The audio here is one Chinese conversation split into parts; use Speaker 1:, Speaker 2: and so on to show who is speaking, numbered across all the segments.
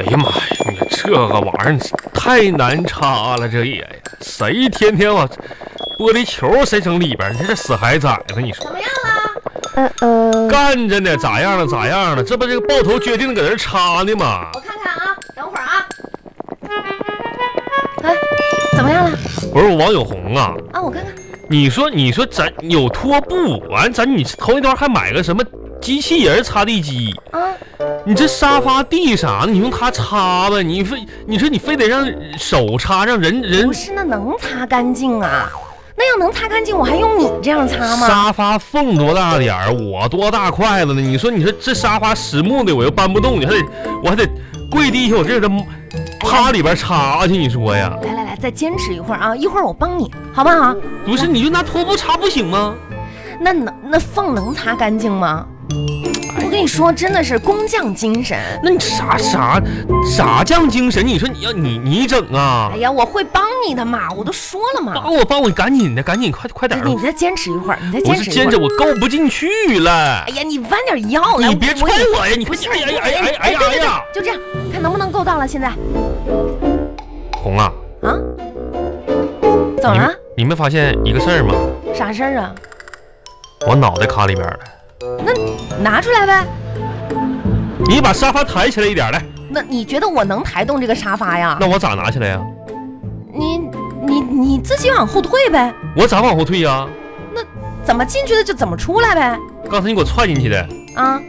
Speaker 1: 哎呀妈呀，这个玩意儿太难插了，这也呀，谁天天往玻璃球谁整里边儿？你看这死海崽子，你说
Speaker 2: 怎么样啊了？
Speaker 3: 呃呃，
Speaker 1: 干着呢，咋样了？咋样了？这不这个抱头决定搁这儿插呢吗？
Speaker 2: 我看看啊，等会儿啊。
Speaker 3: 哎，怎么样了？
Speaker 1: 不是我王永红啊，
Speaker 3: 啊，我看看，
Speaker 1: 你说你说咱有拖布，完咱你头一段还买个什么机器人擦地机？
Speaker 3: 啊，
Speaker 1: 你这沙发地啥的，你用它擦呗。你非你说你非得让手擦，让人人
Speaker 3: 不是，那能擦干净啊？那要能擦干净，我还用你这样擦吗？
Speaker 1: 沙发缝多大点儿，我多大筷子呢？你说你说这沙发实木的，我又搬不动，你还得我还得跪地下，我这得趴里边插去。你说呀，
Speaker 3: 来来来，再坚持一会儿啊！一会儿我帮你，好不好？
Speaker 1: 不是你就拿拖布擦不行吗？
Speaker 3: 那能那缝能擦干净吗？我跟你说，真的是工匠精神。
Speaker 1: 那你啥啥啥犟精神？你说你要你你整啊
Speaker 3: 哎？呀，我会帮你的嘛，我都说了嘛。
Speaker 1: 帮我帮我，赶紧的，赶紧快快点儿！
Speaker 3: 你再坚持一会儿，哎你再
Speaker 1: 不
Speaker 3: 坚
Speaker 1: 是
Speaker 3: 持一
Speaker 1: 坚
Speaker 3: 会
Speaker 1: 持，
Speaker 3: 儿。
Speaker 1: 我够不进去了
Speaker 3: 哎。呀，你弯点腰来，
Speaker 1: 你别踹
Speaker 3: 也
Speaker 1: 我呀！你
Speaker 3: 不是，
Speaker 1: 哎呀哎呀哎呀哎呀
Speaker 3: 对
Speaker 1: 哎
Speaker 3: 对对
Speaker 1: 呀！
Speaker 3: 就这样，看能不能够到了。现在啊，
Speaker 1: 红啊，
Speaker 3: 哎怎么
Speaker 1: 你
Speaker 3: 了
Speaker 1: 们？你没发现一个事儿吗？
Speaker 3: 啥事儿啊？
Speaker 1: 我脑袋卡里边了。
Speaker 3: 拿出来呗。
Speaker 1: 你把沙发抬起来一点来，
Speaker 3: 那你觉得我能抬动这个沙发呀？
Speaker 1: 那我咋拿起来呀、
Speaker 3: 你你你自己往后退呗，
Speaker 1: 我咋往后退呀、
Speaker 3: 怎么进去的就怎么出来呗。
Speaker 1: 刚才你给我踹进去的，
Speaker 3: 啊，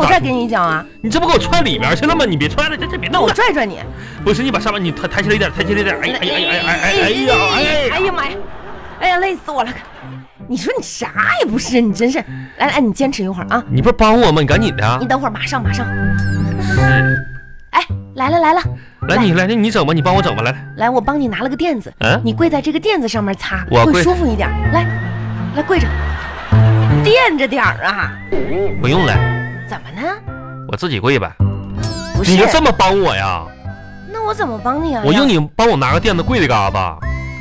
Speaker 1: 我
Speaker 3: 我
Speaker 1: 咋
Speaker 3: 再给你一脚啊，
Speaker 1: 你这不给我踹里边去了吗？你别踹了，这这别
Speaker 3: 那
Speaker 1: 弄
Speaker 3: 我
Speaker 1: 了。
Speaker 3: 拽拽你。
Speaker 1: 不是，你把沙发你抬抬起来一点，抬起来一点。哎呀哎呀哎呀哎呀哎呀哎呀！
Speaker 3: 哎呀妈呀！哎呀，累死我了！你说你啥也不是，你真是。来来，你坚持一会儿啊，
Speaker 1: 你不是帮我吗？你赶紧的啊
Speaker 3: 你！等会儿马上马上。哎，来了来了，
Speaker 1: 来，你来，那你整吧，你帮我整吧，来来。
Speaker 3: 来，我帮你拿了个垫子，
Speaker 1: 嗯，
Speaker 3: 你跪在这个垫子上面擦，
Speaker 1: 我跪
Speaker 3: 会舒服一点。来，来跪着，垫着点儿啊。
Speaker 1: 不用了，
Speaker 3: 怎么呢？
Speaker 1: 我自己跪呗。
Speaker 3: 不是
Speaker 1: 你，就这么帮我哎呀？
Speaker 3: 那我怎么帮你啊？
Speaker 1: 我
Speaker 3: 呀
Speaker 1: 用你帮我拿个垫子跪这嘎达。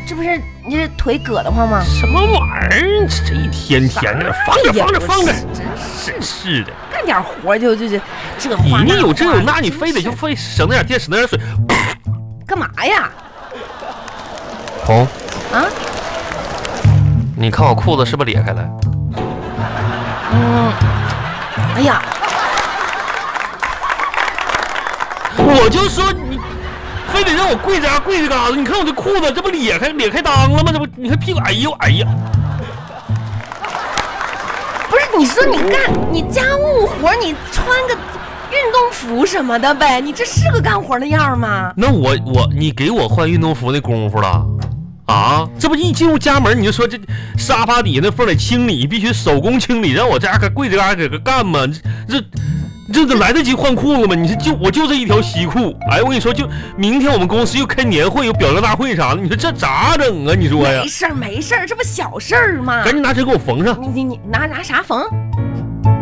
Speaker 3: 这不是你这腿硌得慌吗？
Speaker 1: 什么玩意儿？这一天天的，放着
Speaker 3: 哎呀
Speaker 1: 放着放着，
Speaker 3: 真是
Speaker 1: 真是的。
Speaker 3: 干点活就就就这
Speaker 1: 你
Speaker 3: 话
Speaker 1: 你有这有
Speaker 3: 话
Speaker 1: 那，你
Speaker 3: 真
Speaker 1: 非得
Speaker 3: 是
Speaker 1: 就非省那点电，省那点水。
Speaker 3: 干嘛呀？
Speaker 1: 红、
Speaker 3: 啊，
Speaker 1: 你看我裤子是不是裂开了？
Speaker 3: 嗯，哎呀，
Speaker 1: 我就说你，非得让我跪这嘎跪这嘎子。你看我这裤子，这不裂开裂开裆了吗？这不，你看屁股，哎呦哎呀，
Speaker 3: 不是你说你干你家务活，你穿个运动服什么的呗，你这是个干活的样儿吗？
Speaker 1: 那我我你给我换运动服那功夫了。啊，这不一进入家门你就说这沙发底下那缝得清理，必须手工清理，让我这样搁跪着嘎搁这干吗？这这这来得及换裤子吗？你这就我就这一条西裤，哎，我跟你说，就明天我们公司又开年会，有表彰大会啥的，你说这咋整啊？你说呀
Speaker 3: 没，事儿没事儿，这不小事儿吗？
Speaker 1: 赶紧拿针给我缝上，
Speaker 3: 你你你拿拿啥缝？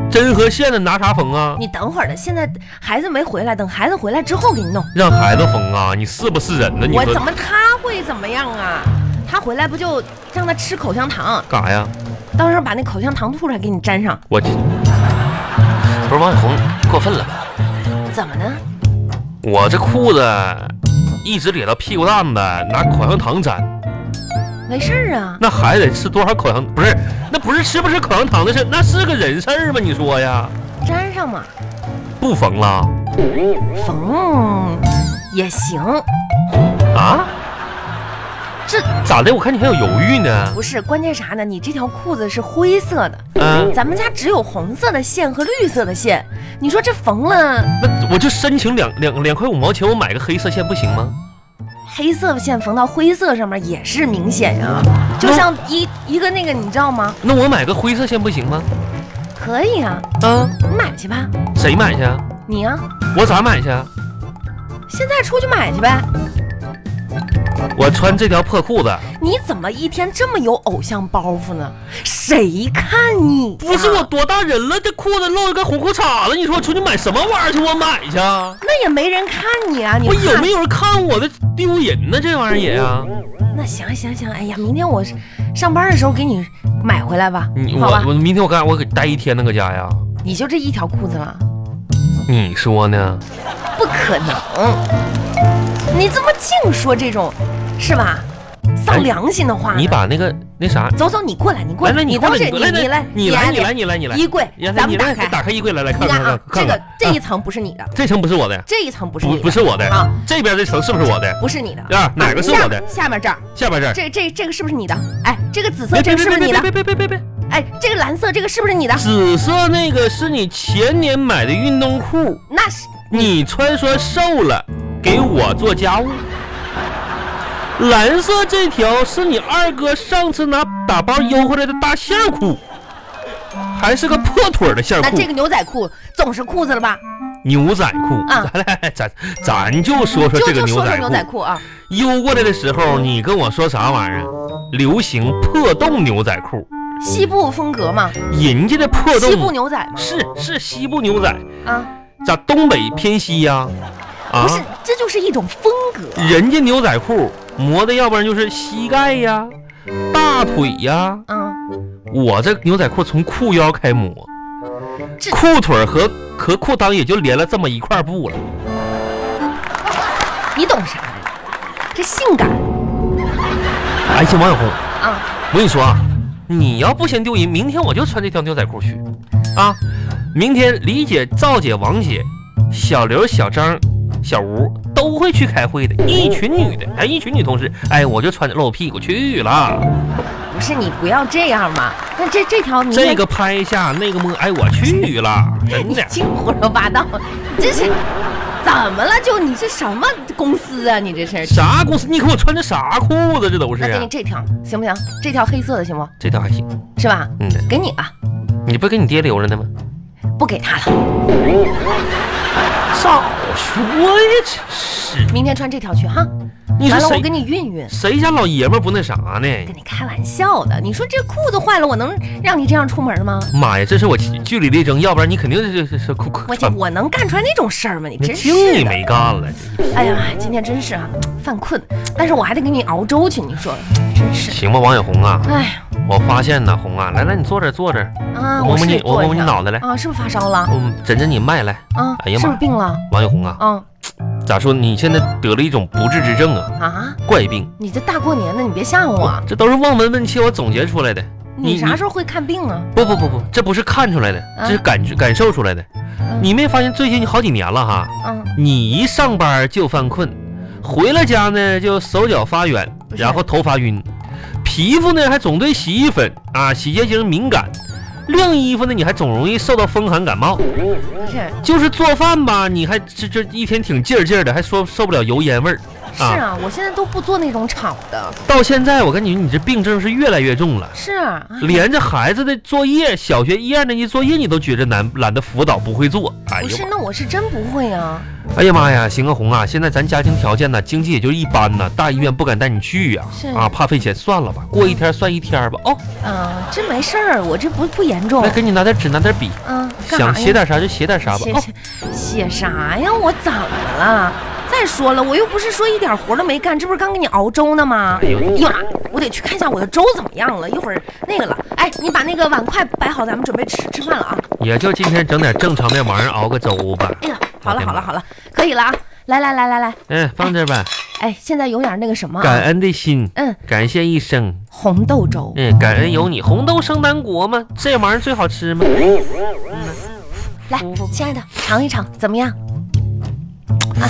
Speaker 1: 针和线的拿啥缝啊？
Speaker 3: 你等会儿的，现在孩子没回来，等孩子回来之后给你弄。
Speaker 1: 让孩子缝啊？你是不是人呢？你
Speaker 3: 我
Speaker 1: 说
Speaker 3: 怎么他会怎么样啊？他回来不就让他吃口香糖，
Speaker 1: 干啥呀？
Speaker 3: 到时候把那口香糖吐出来给你粘上，
Speaker 1: 我这不是王小红过分了吧？
Speaker 3: 怎么呢？
Speaker 1: 我这裤子一直咧到屁股蛋子，拿口香糖粘，
Speaker 3: 没事儿啊，
Speaker 1: 那孩子得吃多少口香？不是，那不是吃不吃口香糖的事，那是个人事儿吗？你说呀？
Speaker 3: 粘上嘛，
Speaker 1: 不缝了
Speaker 3: 缝也行。
Speaker 1: 啊？
Speaker 3: 这
Speaker 1: 咋的？我看你还有犹豫呢？
Speaker 3: 不是关键啥呢？你这条裤子是灰色的，
Speaker 1: 嗯、
Speaker 3: 咱们家只有红色的线和绿色的线，你说这缝了
Speaker 1: 那我就申请两两两块五毛钱，我买个黑色线不行吗？
Speaker 3: 黑色线缝到灰色上面也是明显呀、就
Speaker 1: 那
Speaker 3: 像一一个那个你知道吗？
Speaker 1: 那我买个灰色线不行吗？
Speaker 3: 可以啊，
Speaker 1: 啊，
Speaker 3: 你买去吧，
Speaker 1: 谁买去啊？
Speaker 3: 你呀、
Speaker 1: 我咋买去啊？
Speaker 3: 现在出去买去呗。
Speaker 1: 我穿这条破裤子，
Speaker 3: 你怎么一天这么有偶像包袱呢？谁看你、
Speaker 1: 不是我，多大人了，这裤子露一个红裤衩子，你说我出去买什么玩意儿去？我买去啊？
Speaker 3: 那也没人看你啊！你
Speaker 1: 我
Speaker 3: 怕
Speaker 1: 有没有人看我的丢人呢？这玩意儿也啊，
Speaker 3: 那行行行，哎呀，明天我是上班的时候给你买回来吧，
Speaker 1: 你
Speaker 3: 好
Speaker 1: 我
Speaker 3: 吧？
Speaker 1: 我明天我干啥？我给待一天呢，搁家呀？
Speaker 3: 你就这一条裤子了，
Speaker 1: 你说呢？
Speaker 3: 不可可能。你这么净说这种，是吧？丧良心的话呢，
Speaker 1: 你把那个那啥，
Speaker 3: 走走，你过来，你过
Speaker 1: 来
Speaker 3: 来，
Speaker 1: 来，
Speaker 3: 你
Speaker 1: 过
Speaker 3: 倒
Speaker 1: 来，
Speaker 3: 是
Speaker 1: 你来
Speaker 3: 你
Speaker 1: 来，
Speaker 3: 你
Speaker 1: 你来，你
Speaker 3: 点
Speaker 1: 来，你来，你来。
Speaker 3: 衣柜
Speaker 1: 呀，
Speaker 3: 咱
Speaker 1: 你
Speaker 3: 们
Speaker 1: 来
Speaker 3: 打
Speaker 1: 打
Speaker 3: 开，
Speaker 1: 开衣柜来来 看
Speaker 3: 你
Speaker 1: 看
Speaker 3: 看
Speaker 1: 看
Speaker 3: 啊，这
Speaker 1: 看
Speaker 3: 个
Speaker 1: 看，
Speaker 3: 这一
Speaker 1: 啊
Speaker 3: 层不是你的，
Speaker 1: 这层不是我的，
Speaker 3: 这一层不是
Speaker 1: 不
Speaker 3: 你的，
Speaker 1: 不是我的
Speaker 3: 啊，
Speaker 1: 这边这层是不是我的？
Speaker 3: 不是你的
Speaker 1: 啊哪个是我的
Speaker 3: 啊下面下面这儿，
Speaker 1: 下边这儿，
Speaker 3: 这这这个是不是你的？哎，这个紫色
Speaker 1: 别
Speaker 3: 这
Speaker 1: 别
Speaker 3: 个是不
Speaker 1: 别
Speaker 3: 是你
Speaker 1: 别
Speaker 3: 的？
Speaker 1: 别别别别别，
Speaker 3: 哎，这个蓝色这个是不是你的？
Speaker 1: 紫色那个是你前年买的运动裤，
Speaker 3: 那是
Speaker 1: 你穿说瘦了，给我做家务。蓝色这条是你二哥上次拿打包邮回来的大线裤，还是个破腿儿的线
Speaker 3: 那
Speaker 1: 裤，
Speaker 3: 这个牛仔裤总是裤子了吧？
Speaker 1: 牛仔裤。
Speaker 3: 啊
Speaker 1: 咱俩 咱咱就说说
Speaker 3: 就
Speaker 1: 这个
Speaker 3: 就
Speaker 1: 牛
Speaker 3: 说说
Speaker 1: 仔
Speaker 3: 牛
Speaker 1: 裤。
Speaker 3: 仔裤啊，
Speaker 1: 邮过来的时候，你跟我说啥玩意儿？流行破洞牛仔裤，
Speaker 3: 西部风格嘛，
Speaker 1: 人家的破洞
Speaker 3: 西部牛仔嘛，
Speaker 1: 是是西部牛仔，
Speaker 3: 啊，
Speaker 1: 咋东北偏西呀、啊？
Speaker 3: 不是，这就是一种风格。
Speaker 1: 人家牛仔裤磨的，要不然就是膝盖呀、大腿呀。
Speaker 3: 啊，
Speaker 1: 我这牛仔裤从裤腰开磨，
Speaker 3: 这
Speaker 1: 裤腿儿和和裤裆也就连了这么一块布了。
Speaker 3: 你懂啥呀？这性感
Speaker 1: 哎，小王小红，
Speaker 3: 啊，
Speaker 1: 我跟你说啊，你要不嫌丢人，明天我就穿这条牛仔裤去啊！明天李姐、赵姐、王姐、小刘、小张、小吴都会去开会的，一群女的，哎，一群女同事，哎，我就穿着露屁股去了。
Speaker 3: 不是你不要这样嘛。那这这条你
Speaker 1: 这个拍一下，那个摸，哎，我去了，真
Speaker 3: 你
Speaker 1: 的。
Speaker 3: 净胡说八道，你这是怎么了？就你这什么公司啊？你这是？
Speaker 1: 啥公司？你给我穿的啥裤子？这都是
Speaker 3: 那给
Speaker 1: 啊
Speaker 3: 你。这条行不行？这条黑色的行不？
Speaker 1: 这条还行，
Speaker 3: 是吧？
Speaker 1: 嗯，
Speaker 3: 给你吧，
Speaker 1: 你不给你爹留着呢吗？
Speaker 3: 不给他了，
Speaker 1: 早说呀，真是。
Speaker 3: 明天穿这条去哈。
Speaker 1: 你说
Speaker 3: 完了，我
Speaker 1: 谁
Speaker 3: 给你熨熨。
Speaker 1: 谁家老爷们儿不那啥呢
Speaker 3: 跟？你开玩笑的，你说这裤子坏了，我能让你这样出门吗？
Speaker 1: 妈呀，这是我据理力争，要不然你肯定是是是哭哭。
Speaker 3: 我去，我能干出来那种事儿吗？你
Speaker 1: 你
Speaker 3: 真
Speaker 1: 净
Speaker 3: 是
Speaker 1: 你
Speaker 3: 的！
Speaker 1: 没干了，这
Speaker 3: 哎呀，今天真是啊，犯困，但是我还得给你熬粥去，你说真是，
Speaker 1: 行吧，王小红啊，
Speaker 3: 哎呀
Speaker 1: 我发现呢，红啊，来来，你坐这儿坐这儿，
Speaker 3: 啊，
Speaker 1: 我摸摸
Speaker 3: 是
Speaker 1: 你，我
Speaker 3: 坐
Speaker 1: 摸
Speaker 3: 一
Speaker 1: 摸你
Speaker 3: 下
Speaker 1: 脑袋来，
Speaker 3: 啊，是不是发烧了
Speaker 1: 嗯，枕枕你脉来。
Speaker 3: 啊？
Speaker 1: 哎呀妈
Speaker 3: 是不是病了
Speaker 1: 王小红啊，
Speaker 3: 啊
Speaker 1: 咋说？你现在得了一种不治之症啊，
Speaker 3: 啊？
Speaker 1: 怪病。
Speaker 3: 你这大过年的，你别吓唬我，
Speaker 1: 这都是望闻问切我总结出来的。
Speaker 3: 哦你啥时
Speaker 1: 候？
Speaker 3: 候会看病啊？
Speaker 1: 不不不不，这不是看出来的，
Speaker 3: 啊
Speaker 1: 这是感觉感受出来的。你没发现最近好几年了哈？
Speaker 3: 嗯，
Speaker 1: 你一上班就犯困，回了家呢就手脚发软，
Speaker 3: 不是
Speaker 1: 然后头发晕，皮肤呢还总对洗衣粉啊、洗洁精敏感，晾衣服呢你还总容易受到风寒感冒。
Speaker 3: 不是，
Speaker 1: 就是做饭吧，你还这这一天挺劲儿劲儿的，还说受不了油烟味儿。
Speaker 3: 是啊，我现在都不做那种炒的，
Speaker 1: 到现在我感觉你这病症是越来越重了。
Speaker 3: 是啊，哎
Speaker 1: 连着孩子的作业，小学一二年级作业你都觉着难，懒得辅导，不会做。哎
Speaker 3: 不
Speaker 1: 呀
Speaker 3: 是，那我是真不会啊。
Speaker 1: 妈，哎呀妈呀，邢个红啊，现在咱家庭条件呢，经济也就一般呐，大医院不敢带你去呀、
Speaker 3: 是
Speaker 1: 啊，怕费钱，算了吧，过一天算一天吧。哦，
Speaker 3: 啊，这没事儿，我这不不严重
Speaker 1: 来。给你拿点纸，拿点笔，
Speaker 3: 嗯，哦干
Speaker 1: 想
Speaker 3: 嘛
Speaker 1: 写
Speaker 3: 呀？
Speaker 1: 点啥就写点啥吧。
Speaker 3: 写
Speaker 1: 哦，
Speaker 3: 写写啥呀？我怎么了？再说了，我又不是说一点活儿都没干，这不是刚给你熬粥呢吗？哎呀，我得去看一下我的粥怎么样了，一会儿那个了。哎，你把那个碗筷摆好，咱们准备吃吃饭了啊。
Speaker 1: 也就今天整点正常的玩意儿熬个粥吧。
Speaker 3: 哎呀，好了好了好了，可以了啊。来来来来来，
Speaker 1: 嗯，放这吧，
Speaker 3: 哎，现在有点那个什么、
Speaker 1: 感
Speaker 3: 啊，
Speaker 1: 恩的心，
Speaker 3: 嗯，
Speaker 1: 感谢一生。
Speaker 3: 红豆粥。
Speaker 1: 嗯，感恩有你，红豆生南国嘛，这玩意儿最好吃吗？
Speaker 3: 来，亲爱的，尝一尝，怎么样？啊，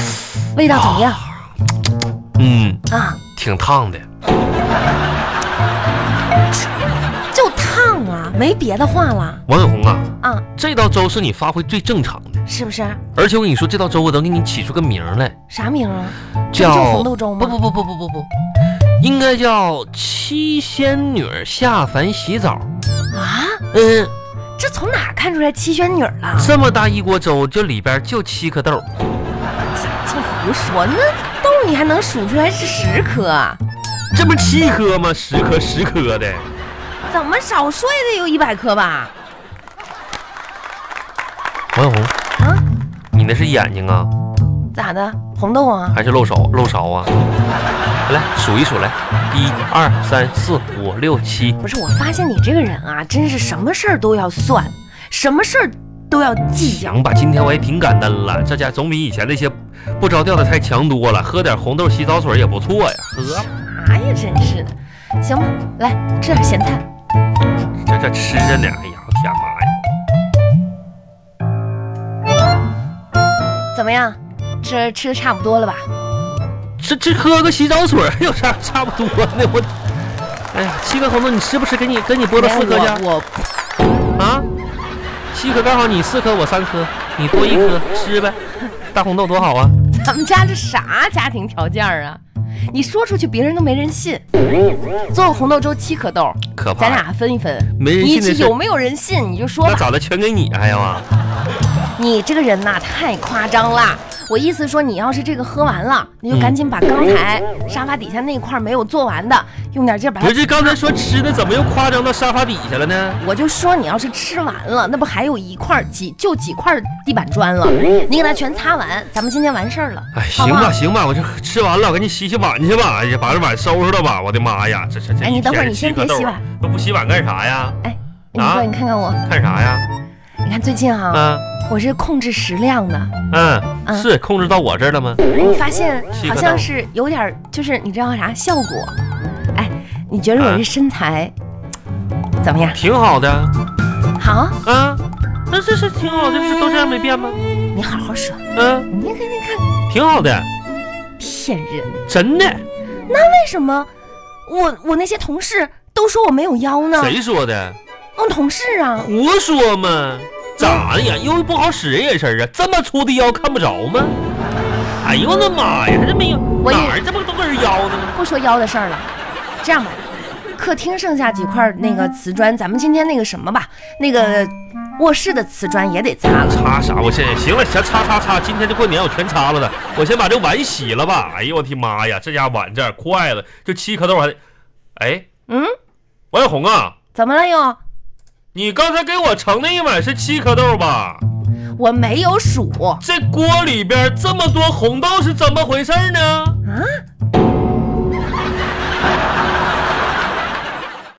Speaker 3: 味道怎么样？
Speaker 1: 嗯，
Speaker 3: 啊，
Speaker 1: 挺烫的。
Speaker 3: 就烫啊，没别的话了
Speaker 1: 王小红啊，
Speaker 3: 啊，
Speaker 1: 这道粥是你发挥最正常的，
Speaker 3: 是不是？
Speaker 1: 而且我跟你说，这道粥我能给你起出个名儿来，
Speaker 3: 啥名啊？这
Speaker 1: 叫
Speaker 3: 不就红豆粥吗？
Speaker 1: 不不不不不不不，应该叫七仙女儿下凡洗澡。
Speaker 3: 啊，
Speaker 1: 嗯，
Speaker 3: 这从哪儿看出来七仙女儿了？
Speaker 1: 这么大一锅粥，这里边就七颗豆，
Speaker 3: 净胡说，那豆儿你还能数出来是十颗啊？
Speaker 1: 这不七颗吗？十颗十颗的，
Speaker 3: 怎么少说也得有一百颗吧？
Speaker 1: 王小红，
Speaker 3: 啊，
Speaker 1: 你那是眼睛啊，
Speaker 3: 咋的？红豆啊？
Speaker 1: 还是漏勺漏勺啊？来数一数来，一二三四五六七，
Speaker 3: 不是，我发现你这个人啊，真是什么事儿都要算，什么事儿。都要计较。
Speaker 1: 行吧，今天我也挺感恩了，这家总比以前那些不着调的菜强多了。喝点红豆洗澡水也不错呀，喝吧
Speaker 3: 哎呀，真是的。行吧，来吃点咸菜。
Speaker 1: 这这吃着呢。哎呀，我天妈呀！
Speaker 3: 怎么样？吃吃的差不多了吧？
Speaker 1: 这这喝个洗澡水儿有啥差不多的？我，哎呀，七哥红豆，你是不是给你给你拨了四颗
Speaker 3: 没
Speaker 1: 去
Speaker 3: 有哎我我
Speaker 1: 啊？七颗刚好你四颗我三颗，你多一颗吃呗。大红豆多好啊！
Speaker 3: 咱们家这啥家庭条件啊？你说出去别人都没人信。做个红豆粥七颗豆，
Speaker 1: 可怕
Speaker 3: 咱俩分一分。
Speaker 1: 没人
Speaker 3: 你
Speaker 1: 信的
Speaker 3: 这
Speaker 1: 事
Speaker 3: 有没有人信？你就说
Speaker 1: 那
Speaker 3: 吧。
Speaker 1: 咋的？全给你？哎呀妈！
Speaker 3: 你这个人呐，太夸张了。我意思说，你要是这个喝完了，你就赶
Speaker 1: 嗯
Speaker 3: 紧把刚才沙发底下那块没有做完的，用点劲儿把它
Speaker 1: 不。是刚才说吃的，怎么又夸张到沙发底下了呢？
Speaker 3: 我就说你要是吃完了，那不还有一块儿几就几块儿地板砖了？你给它全擦完，咱们今天完事儿了，
Speaker 1: 哎，
Speaker 3: 好
Speaker 1: 行
Speaker 3: 不好
Speaker 1: 吧？行吧，我这吃完了，我赶紧洗洗碗去吧。哎呀，把这碗收拾了吧。我的妈呀，这这这！
Speaker 3: 哎你等会儿你先别洗碗，
Speaker 1: 那不洗碗干啥呀？
Speaker 3: 哎你
Speaker 1: 啊
Speaker 3: 哥，你看看我，
Speaker 1: 看啥呀？
Speaker 3: 你看最近哈、
Speaker 1: 啊
Speaker 3: 我是控制食量的，
Speaker 1: 嗯，
Speaker 3: 嗯
Speaker 1: 是控制到我这儿了吗？
Speaker 3: 我发现
Speaker 1: 七
Speaker 3: 好
Speaker 1: 个
Speaker 3: 像
Speaker 1: 豆
Speaker 3: 是有点儿，就是你知道啥效果？哎，你觉得我
Speaker 1: 啊
Speaker 3: 这身材、怎么样？
Speaker 1: 挺好的
Speaker 3: 好，
Speaker 1: 啊，那这是挺好的，这都这样没变吗？
Speaker 3: 你好好说，
Speaker 1: 嗯，
Speaker 3: 你看你看，
Speaker 1: 挺好的，
Speaker 3: 骗人！
Speaker 1: 真的。
Speaker 3: 为什么我我那些同事都说我没有腰呢？
Speaker 1: 谁说的？
Speaker 3: 嗯，同事啊，
Speaker 1: 胡说嘛！咋的呀？腰不好使呀？这事儿啊，这么粗的腰看不着吗？哎呦我的妈呀，还这没有
Speaker 3: 我也
Speaker 1: 哪儿这么多根腰呢？
Speaker 3: 不说腰的事儿了。这样吧，客厅剩下几块那个瓷砖，咱们今天那个什么吧，那个卧室的瓷砖也得擦了。
Speaker 1: 擦啥？我现在行了，行，擦擦擦，今天这过年我全擦了的。我先把这碗洗了吧。哎呦我的妈呀，这家碗这儿筷子就七颗豆还得，哎，
Speaker 3: 嗯，
Speaker 1: 王小红啊，
Speaker 3: 怎么了又？
Speaker 1: 你刚才给我盛那一碗是七颗豆吧？
Speaker 3: 我没有数。
Speaker 1: 这锅里边这么多红豆是怎么回事呢？
Speaker 3: 啊，